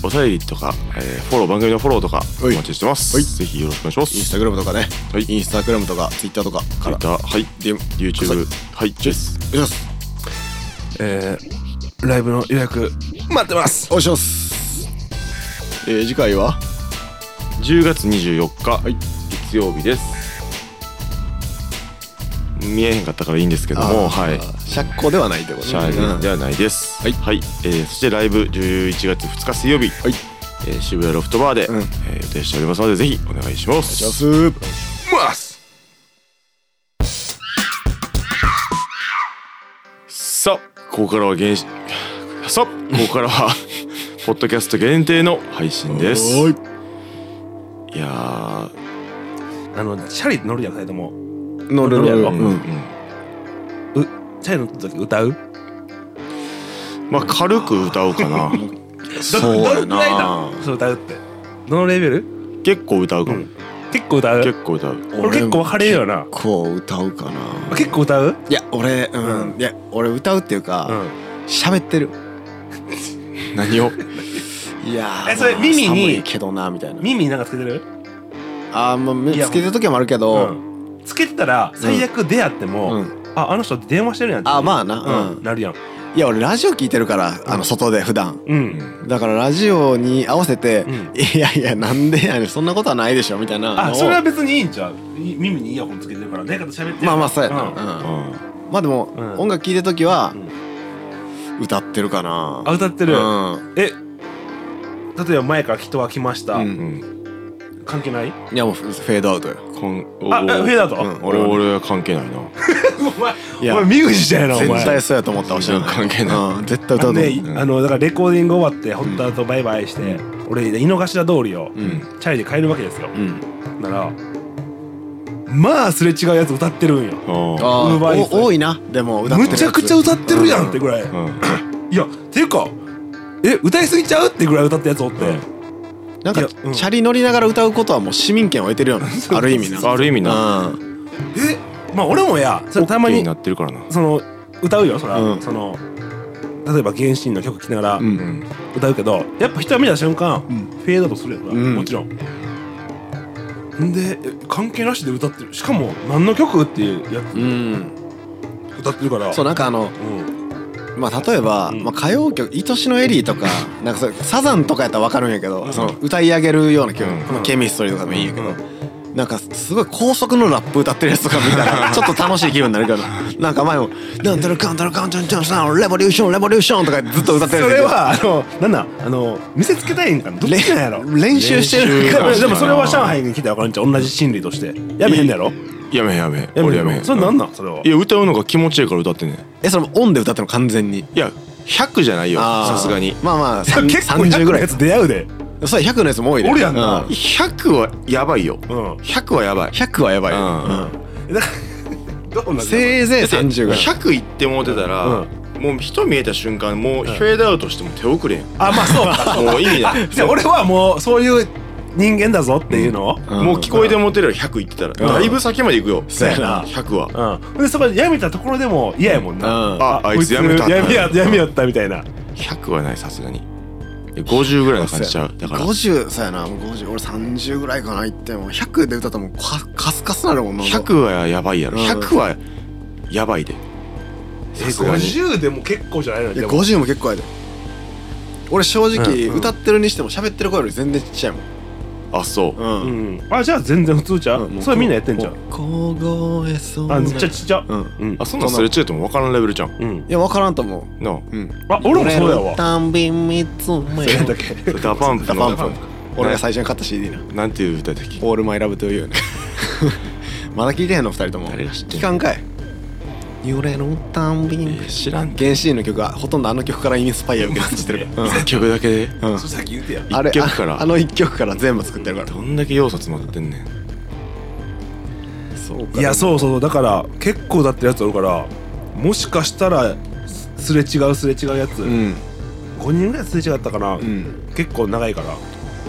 A: お便りとか、えーフォロー番組のフォローとかお
B: はい
A: 待ちしてます、
B: はい
A: ぜひよろしくお願いします
B: インスタグラムとかね、
A: はい
B: インスタグラムとかツイッターとかから
A: Twitter はい
B: DM く
A: YouTube はいです
B: お願いします
C: えー、ライブの予約待ってます
B: お願いしますえー、次回は
A: 10月24日、
B: い
A: 月曜日です見えへんかったからいいんですけども
B: あ
A: は
B: ー
A: い
B: 釈光ではないってこと
A: シャーリーではないです、
B: はい
A: えーそしてライブ11月2日水曜日、
B: はい
A: えー渋谷ロフトバーで、
B: うん
A: えー予定しておりますのでぜひお願いします
B: じゃあすー
C: ます
A: さあここからは原始さあここから
B: [laughs]
A: はポッドキャスト限定の配信です
B: お
A: い
B: ー
A: やー
C: あのチャリ乗るやん2人とも
B: い乗る乗る
C: 乗るやろ
B: うん
C: うチャリ乗った時歌う
A: まあ軽く歌うか
B: [laughs]
A: な
B: そうや
C: どどれぐらいだ
B: な
C: そう歌うってどのレベル
A: 結構歌うかも、
C: うん結構歌う
A: 結構歌う
C: 俺結構分かれるよな
B: 結構歌うかな
C: 結構歌う
B: いや俺うん、いや俺歌うっていう
C: う
B: か
C: ん
B: 喋、ってる
A: 何を
B: いやー
C: えそれ
B: まあ
C: 耳に
B: 寒いけどなみたいな
C: 耳なんかつけてる
B: あーまあ目
C: いや
B: つけてる時もあるけ
C: う
B: ど
C: んつけてたら最悪出会って
B: うん、
C: もああの人電話してるやんって
B: あまあなうん、
C: うんなるやん
B: いや俺ラジオ聞いてるからあの外で普段
C: うん
B: だからラジオに合わせて
C: うん
B: 「いやいやなんでやねんそんなことはないでしょ」みたいな
C: あ
B: のを
C: それは別にいいんちゃうい耳にイヤホンつけてるから誰かと喋ってる
B: まあまあそうやな、うん
C: ん
A: うん
B: まあでも、
C: うん
B: 音楽聴いてる時は
C: うん
B: 歌ってるかな
C: あ歌ってる
B: うん
C: え例えば前から人は来ました、
B: う
A: うんん
C: 関係ない
B: いやもうフェードアウトよ
A: こんお
C: あえフェードアウト、
B: うん
A: 俺は俺は関係ない [laughs] な
C: お前
B: いや
C: お前身口じゃないなお前
B: 絶対そうやと思ったわ知らない
A: 関係ない
B: うん、絶対
C: あ
B: 歌
C: の
B: うと
C: ね、
B: 思う、
A: うん
C: あのだからレコーディング終わって堀田とバイバイして、俺井の頭通りを、
B: うん
C: チャリで帰るわけですよ
B: う、ん
C: ならまあすれ違うやつ歌ってるんよ
A: あ
B: あー
C: Uber Eats
B: お多いなでも歌ってる
C: むちゃくちゃ歌ってるやんってぐらい、
A: あうん
C: いやていうかえ歌いすぎちゃうってぐらい歌ったやつおって、
A: う
B: なんか
C: いやうん
B: チャリ乗りながら歌うことはもう市民権を得てるよ
C: [laughs]
B: うなある意味な
A: ある意味な
B: うん
C: えまあ俺もやそれたま
A: OK
C: に
A: になってるからな
C: その歌うよそら、
B: うん
C: その例えば原神の曲聴きながら
B: うん
A: うん
C: 歌うけど、やっぱ人は見た瞬間、
B: ん
C: フェードアウトするやんか、
B: うん
C: もちろん。んでえ関係なしで歌ってるしかも何の曲っていうや
B: うん
C: つ歌ってるから
B: そうなんかあの
C: うん
B: まあ例えば、
C: うん
B: まあ、歌謡曲「愛しのエリー」とかなんかそれサザンとかやったら分かるんやけど、
C: うん
B: その歌い上げるような曲、
A: うん
B: まあケミストリーとかでもいいんやけど、
C: うん
B: なんかすごい高速のラップ歌ってるやつとか見た
C: [laughs]
B: らちょっと楽しい気分になるけどなんか前も「なんたらかんたらかんちゃんちゃんさんレボリューションレボリューション」とかずっと歌ってる
C: そ
B: やつい
C: れ
B: て
C: はあのなんだあの見せつけたいんかなどっちなんやろ
B: れ練習してるか
A: 練習
B: ら
C: [laughs] でもそれは上海に来たら分かるんちゃう同じ心理としてやめへんのやろ
A: やめへんやめへん
C: や
A: 俺
C: めへ
A: や
C: ん
A: めへ
C: の
A: ん
C: それなんなんそれはい
A: や歌うのが気持ちいいから歌ってんねん
B: えそれもオンで歌ってるの完全に
A: いや100じゃないよ
B: あー
A: さすがに
B: まあまあ
C: いや
B: 三
C: 結構100
B: 30ぐ
C: ぐ
B: ら
C: らい
B: い
C: やつ出会うで
B: それ100のやつも多いね
C: おるやんな
B: う
A: 100はやばいよ
C: うん
A: 100はやばい
B: 100はやばいよ、
A: うん
C: だからどうなんだろう
B: せいぜ
A: だ
B: い
A: って
B: 30ぐらい
A: 100いってもうてたら、
C: うん
A: もう人見えた瞬間もうフェードアウトしても手遅れやん、
C: あまあそう
A: [laughs]
C: か
A: もう意味ない
C: じゃあ俺はもうそういう人間だぞっていうのを、
B: ん
A: もう聞こえてもうてるよ100いってたら、だいぶ先まで行くよ、
B: そうやな
A: 100は、
C: うん、でそこでやめたところでも嫌やもんな、
B: うん
A: ああいつやめた
C: やめややめやったみたいな
A: 100はないさすがにいや50ぐらいの感じちゃうだから
B: 50そうやなもう50俺30ぐらいかな行っても100で歌ったらもうカカスカスなるもんな
A: 100はやばいやろ
B: うん
A: 100はやばいでさすがに
C: 50でも結構じゃないの
B: い
C: で
B: や
C: も
B: 50も結構やで俺正直
C: うん
B: 歌ってるにしても喋ってる声より全然ちっちゃいも
A: あそう、
B: ん
C: う
B: うん
C: ん、あじゃあ全然普通じゃん、それみんなやってんじゃん
B: 小声そう
C: あめっちゃちっちゃ
B: うん
C: うん
A: あそんなんすれ違えても分からんレベルじゃん
C: うん
B: いや分からんと思
A: なあ
B: ううん
C: あ俺もそうや
B: [laughs]
C: わ
B: たんび見つめ
C: 何だ
B: よ
C: っけ
A: ダパンプ
B: ダ
A: の
B: パンプ俺が最初に買った CD な
A: なんていう歌だっけ
B: 「オールマイラブトゥーユー」ねまだ聞いてへんの二人とも
A: 誰が知ってんの
B: 聞かんかい揺れるたんびに
A: え知らん
B: 原始人の曲はほとんどあの曲からインスパイアを受けてるから、
A: 一曲だけで
B: うん
C: それさっき言ってや
B: あれ
A: 一曲から
B: ああの一曲から全部作ってるから、
A: どんだけ要素詰まってんねん
B: そう
C: いやそうそうだから結構だってやつおるからもしかしたらすすれ違うすれ違うやつ、
B: うん
C: 5人ぐらいすれ違ったかな、
B: うん
C: 結構長いから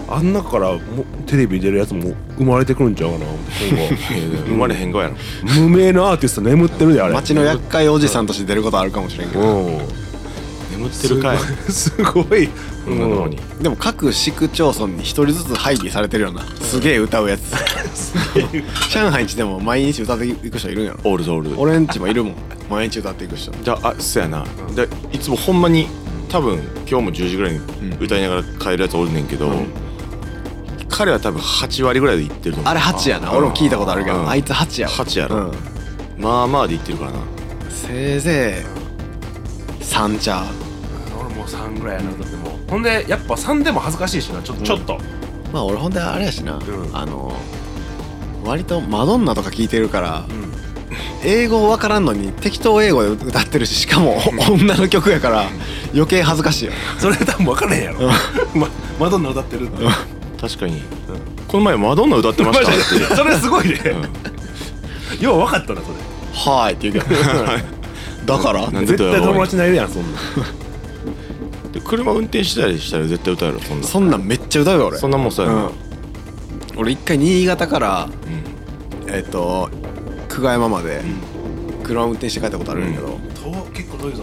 C: あん中からもテレビ出るやつも生まれてくるんちゃうかな思って今後
A: いやいや生まれへんごやろ
C: 無名のアーティスト眠ってるであれ
B: 街の厄介おじさんとして出ることあるかもしれんけど
C: うん
A: 眠眠ってるかい
C: すごい
A: こんなのに
B: でも各市区町村に一人ずつ配備されてるようなすげえ歌うや [laughs] つ上海んちでも毎日歌っていく人いるんやろ
A: オールドオールド
B: 俺んちもいるもん毎日歌っていく人
A: じゃあそやなでいつもほんまに多分今日も10時ぐらいに歌いながら帰るやつおるねんけど、彼は多分8割ぐらいで行ってると思う
B: あれ8やな俺も聞いたことあるけ
A: うん
B: どあいつ8やわ
A: 8や
B: う
A: ろ、
B: ん
A: まあまあで行ってるからな
B: せいぜい3茶
C: 俺もう3ぐらいやなだってもうほんでやっぱ3でも恥ずかしいしなちょ,、ちょっと
B: まあ俺ほんであれやしな、
C: ん
B: あの割とマドンナとか聞いてるから、
C: ん
B: 英語わからんのに適当英語で歌ってるししかも女の曲やから余計恥ずかしいよ
C: それ多分分からへんやろまマドンナ歌ってるって
A: 確かに、この前マドンナ歌ってましたって
C: マジでそれすごいね、よう分かったなそれ
B: 「はーい」って言うけどだから
A: なんで
C: 絶
A: だよ
C: 対友達ないやんそんなん
A: で車運転してたりしたら絶対歌えろそんな
B: そんなんめっちゃ歌うよ俺
A: そんなもんそうやな、
B: うん、俺一回新潟から
A: うん
B: えっ、と久我山まで車運転して帰ったことあるんやけど、
C: 遠結構遠いぞ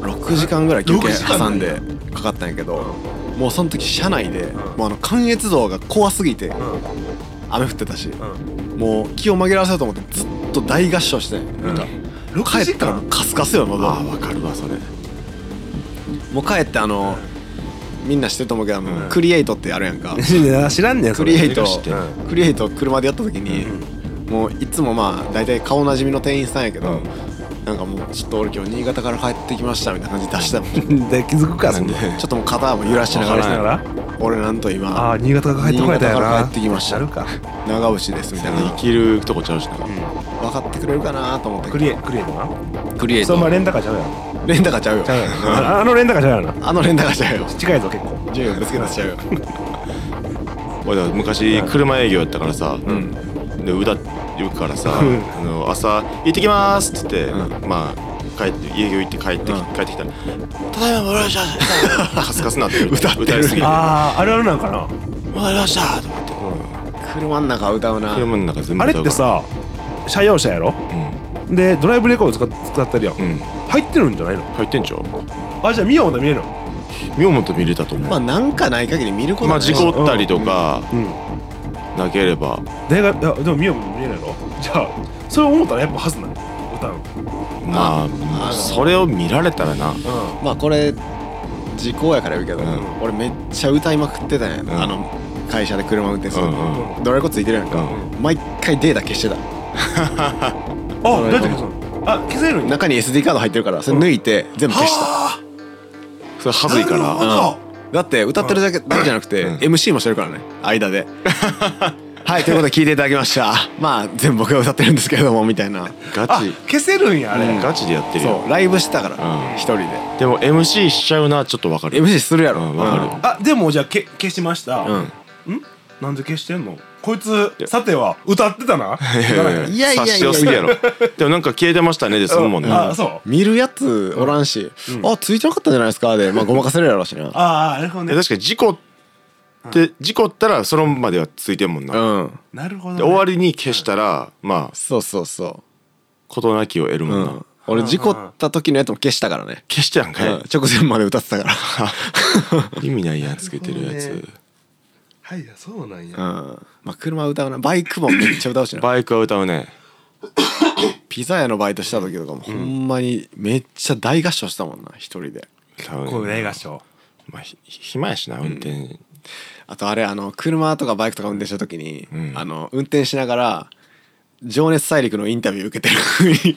B: 6時間ぐらい休憩
C: 6時間
B: 挟んでかかったんやけどもうその時車内でもうあの関越道が怖すぎて
C: う
B: 雨降ってたし
C: んうん
B: もう気を紛らわせようと思ってずっと大合唱してん
C: うん
B: 帰
C: 6
B: っ
C: 時
B: たら
C: 間
B: もうカスカスよ喉
A: ああわかるわそれ
B: もう帰ってあのみんな知ってると思うけどあの
C: うん
B: クリエイトってあるやんか
C: 知らんねん
B: クリエイト
A: 知ってる
B: クリエイト車でやった時にもういつもまあ大体顔なじみの店員さんやけどなんかもうちょっと俺今日新潟から帰ってきましたみたいな感じで出したもんち
C: で気づくかそん [laughs] な
B: ょっともう肩も揺らしなが
A: わからら
B: 俺なんと今
C: ああ新潟から帰ってこられたんやな
B: 新潟から帰ってきました
C: やるか
B: 長渕ですみたいな
A: 生きるとこちゃうしな、
B: 分かってくれるかなと思って
C: クリエクリエイトな
B: クリエイ
C: そ
B: ト
C: のままレンタカーちゃうやん
B: レンタカーちゃうよ
C: ちゃうやんああのレンタカーちゃうやんな
B: あのレンタカーちゃうよ
C: 近いぞ結構
B: 順位をぶつけ出しちゃうよ
A: 俺だから昔車営業やったからさ、
C: ん
A: で歌言うからさ
C: うん
A: あの朝「行ってきます」っつって、まあ帰って営業行って帰ってき、
B: うん
A: 帰ってきたら「ただいま戻りま
B: [laughs]
A: した」カスカスなってる
B: 歌ってる
A: 歌いすぎて
C: あああれあるなんかな
A: 「戻りました」と思って
B: 車ん中は歌うな
A: 車の中全部
C: あれってさ車用車やろ
A: 歌うから
C: でドライブレコード使使ってるやん、
A: うん、うん、
C: 入ってるんじゃないの
A: 入ってんちゃう
C: あじゃあ見ような見えるの
A: 妙本見れたと思う
B: ま
A: ま
B: あ
A: あ、
B: なんかない限り見ることはない
A: 事故ったりとか
C: うん
A: なければ
C: 大学いやでも見ようも見えないのじゃあそれ思ったらやっぱはずなの歌うの
A: まあ
B: あ
A: それを見られたらな
C: う
B: まあこれ時効やから言うけど、
A: ん
B: 俺めっちゃ歌いまくってたんや、
A: ん
B: あの会社で車運転する、
A: うんうん
C: ん
B: ドライコついてるやんか、毎回データ消してた
C: あどうやって消すのあ消せるんや
B: 中に SD カード入ってるからそれ抜いて全部消した、
C: は
A: それはずいか
C: なるほ
A: ら
C: どあ
B: だって歌ってるだけだけじゃなくて、
A: うん
B: MC もしてるからね間
A: [laughs]
B: ではいということで聞いていただきましたまあ全部僕が歌ってるんですけれどもみたいな
A: ガ
C: あ
A: チ
C: 消せるんやあれ、
B: うん
A: ガチでやってるよ
B: そうライブしてたから
A: うん
B: 一、人
A: でも MC しちゃうなちょっとわかる
B: で MC するやろ、
A: うんわかる
C: あでもじゃあけ消しました、
B: うん
C: んなんで消してんのこいつさては歌ってたな歌わない
B: いやいやい
A: 察
B: や
A: しよすぎやろでもなんか消えてましたねで済むもんね
C: あそう
B: 見るやつおらんし、あついてなかったんじゃないですかで、 [laughs] まあ、ごまかせるやろうしな
C: ああなるほど
A: で
C: ね
A: 確かに事故って事故ったらそのまではついてんもんな、
B: うん
C: なるほど、ね、
A: で終わりに消したらまあ
B: そうそうそ
A: 事なきを得る
B: う、
A: も
B: うん
A: な、
B: ん、俺事故った時のやつも消したからね、
A: 消してやんかい、
B: うん、直前まで歌ってたか [laughs]
A: 意味ないやんつけてるやつ、
C: なるほどねはいやそうなんや
B: ら、うんまあ、車歌うなバイクもめっちゃ歌うしな
A: バイクは歌うね
B: ピザ屋のバイトした時とかもほんまにめっちゃ大合唱したもんな一人で
A: 歌うね
C: こういう映画賞
A: まあひ暇やしな運転、
B: あとあれあの車とかバイクとか運転した時に、
A: ん
B: あの運転しながら「情熱大陸」のインタビュー受けて [laughs] る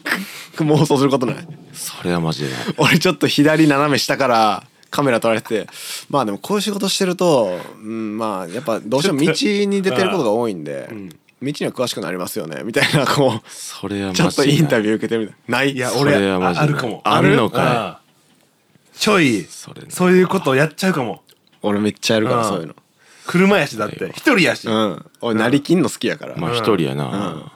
B: 妄想することない
A: それはマジでない
B: 俺ちょっと左斜め下からカメラ撮られててまあでもこういう仕事してると、うん、まあやっぱどうしても道に出てることが多いんで、道には詳しくなりますよねみたいなこう
A: それはマジ
B: [laughs]
A: で
B: ちょ
A: ない
B: っとインタビュー受けてるみたいなない
C: いや
A: そ
C: 俺
A: れはマジ
C: あ
A: で
C: あるかも
A: あるのかい
C: いちょい
A: そ
C: そ
A: れな
C: ういうことをやっちゃうかも
B: 俺めっちゃやるから
C: うん
B: そういうの
C: 車やしだって一人やし、
B: うん俺なりきんの好きやから、
A: まあ
C: うん
A: 一人やな、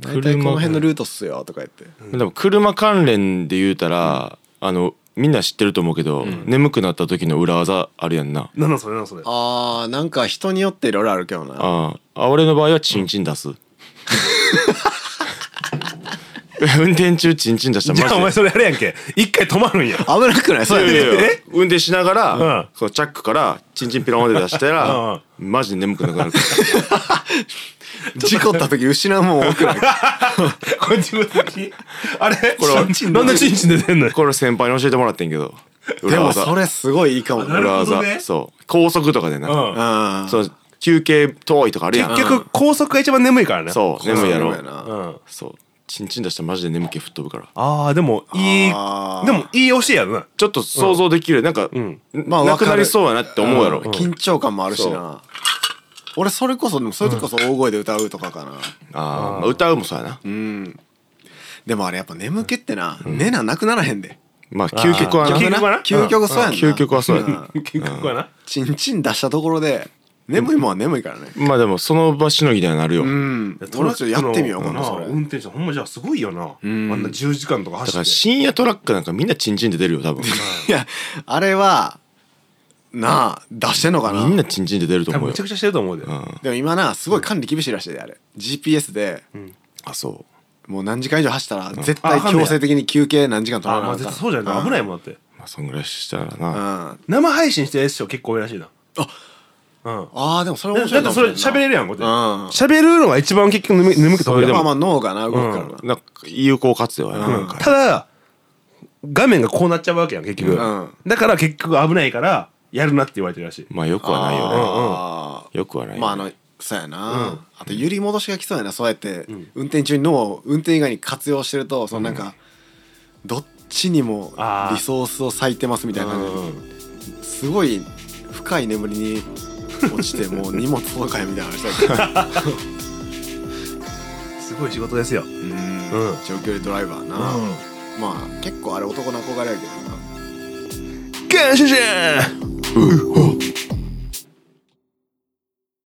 B: 大体この辺のルートっすよとか言って
A: でも車関連で言うたら、あのみんな知ってると思うけど、眠くなった時の裏技あるやんな
C: なんなんそれなんなんそれ
B: あーなんか人によっていろいろあるけどな
A: あああ俺の場合はチンチン出す、運転中チンチン出した
C: じゃあ
A: ら
C: お
A: マ
C: 前
A: ジで
C: それあれやんけ一回止まるんや
B: 危なくないそ
A: いやい
B: れ
A: やいや
C: え
A: 運転しながら、
C: うん
A: そのチャックからチンチンピロンって出したら、マジで眠くなくなるから
B: [laughs] 事故った時失うもん多 [laughs] くない
C: こっち向き [laughs] あれこ
A: れは
C: れなんでチンチン出てんのよ
A: これ先輩に教えてもらってんけど
B: で
A: 裏
B: も
A: 技
B: それすごいいいかも
C: なる
A: 裏
C: ほどね
A: 技そう高速とかで
C: う
A: な、
C: ん
B: うん
A: そう休憩遠いとかあるやん
C: 結局高速が一番眠いからね
A: そう眠いやろ
B: そうな
C: うん
A: そうチンチン出したらマジで眠気吹っ飛ぶから
C: ああでもいいで
B: あー
C: もいい教えやろな [laughs]
A: ちょっと想像できるなんか、
C: ん
B: まあ
A: なくなりそうやなって思うやろ、
B: 緊張感もあるしな俺それこそでもそれこそ大声で歌うとかかな
A: あーまあ歌うもそうやな、
B: でもあれやっぱ眠気ってな寝ななくならへんで
A: まあ究極は
C: あ
A: な
C: ー究極
B: 究
C: はな
B: 極そうやんな
A: 究極はそうやな
C: 結局はな
B: チンチン出したところで眠いもんは眠いからね
A: まあでもその場しのぎにはなるよ、
B: うん俺もちょっとやってみよう今
C: な
B: 度それ
C: 運転手ほんまじゃあすごいよなあんな10時間とか
A: だか
C: 走
A: ら
C: って
A: 深夜トラックなんかみんなチンチンで出るよ多分
B: いやあれはなあ出してんのかな
A: みんなチンチンで出ると
C: 多
A: 思う
C: 分め
A: よ
C: ちゃくちゃしてると思うで
B: でも今なすごい管理厳しいらしいであれ GPS で
A: あそう
B: もう何時間以上走ったら絶
C: あ
B: 対
C: あかんねや
B: 強制的に休憩何時間取
C: あ
B: ら
C: ーま
B: な
C: あ
B: い
C: 絶対そうじゃないと危ないもんだって
A: まあそんぐらいしたらな、
B: あ
C: 生配信してる人結構多いらしいな
B: あ
C: うん
B: あーでもそれ
C: だ
B: 面白
C: っ
B: いか
C: て
B: も
C: そ
B: しれんな
C: れ喋れるやんこう
B: うん
C: やって喋るのが一番結局眠眠くて
A: それで
B: まあ
A: も
B: まあ脳がな動くからな
A: なんか有効活用やな,、なんか
C: ただ画面がこうなっちゃうわけやん結局、
B: うん
C: だから結局危ないからやるなって言われてるらしい
A: まあよくはないよね
B: あー
A: よくはないよね
B: まああのそうやなあと揺り戻しがきそうやなそうやって運転中に脳を運転以外に活用してるとそのなんかどっちにも
C: あー
B: リソースを割いてますみたいな感じですごい深い眠りに落ちてもう荷物届かへんみたいな話だけど
C: すごい仕事ですよ
B: うん長距離ドライバーなまあ結構あれ男の憧れやけどな
C: ガンシュシュー
A: う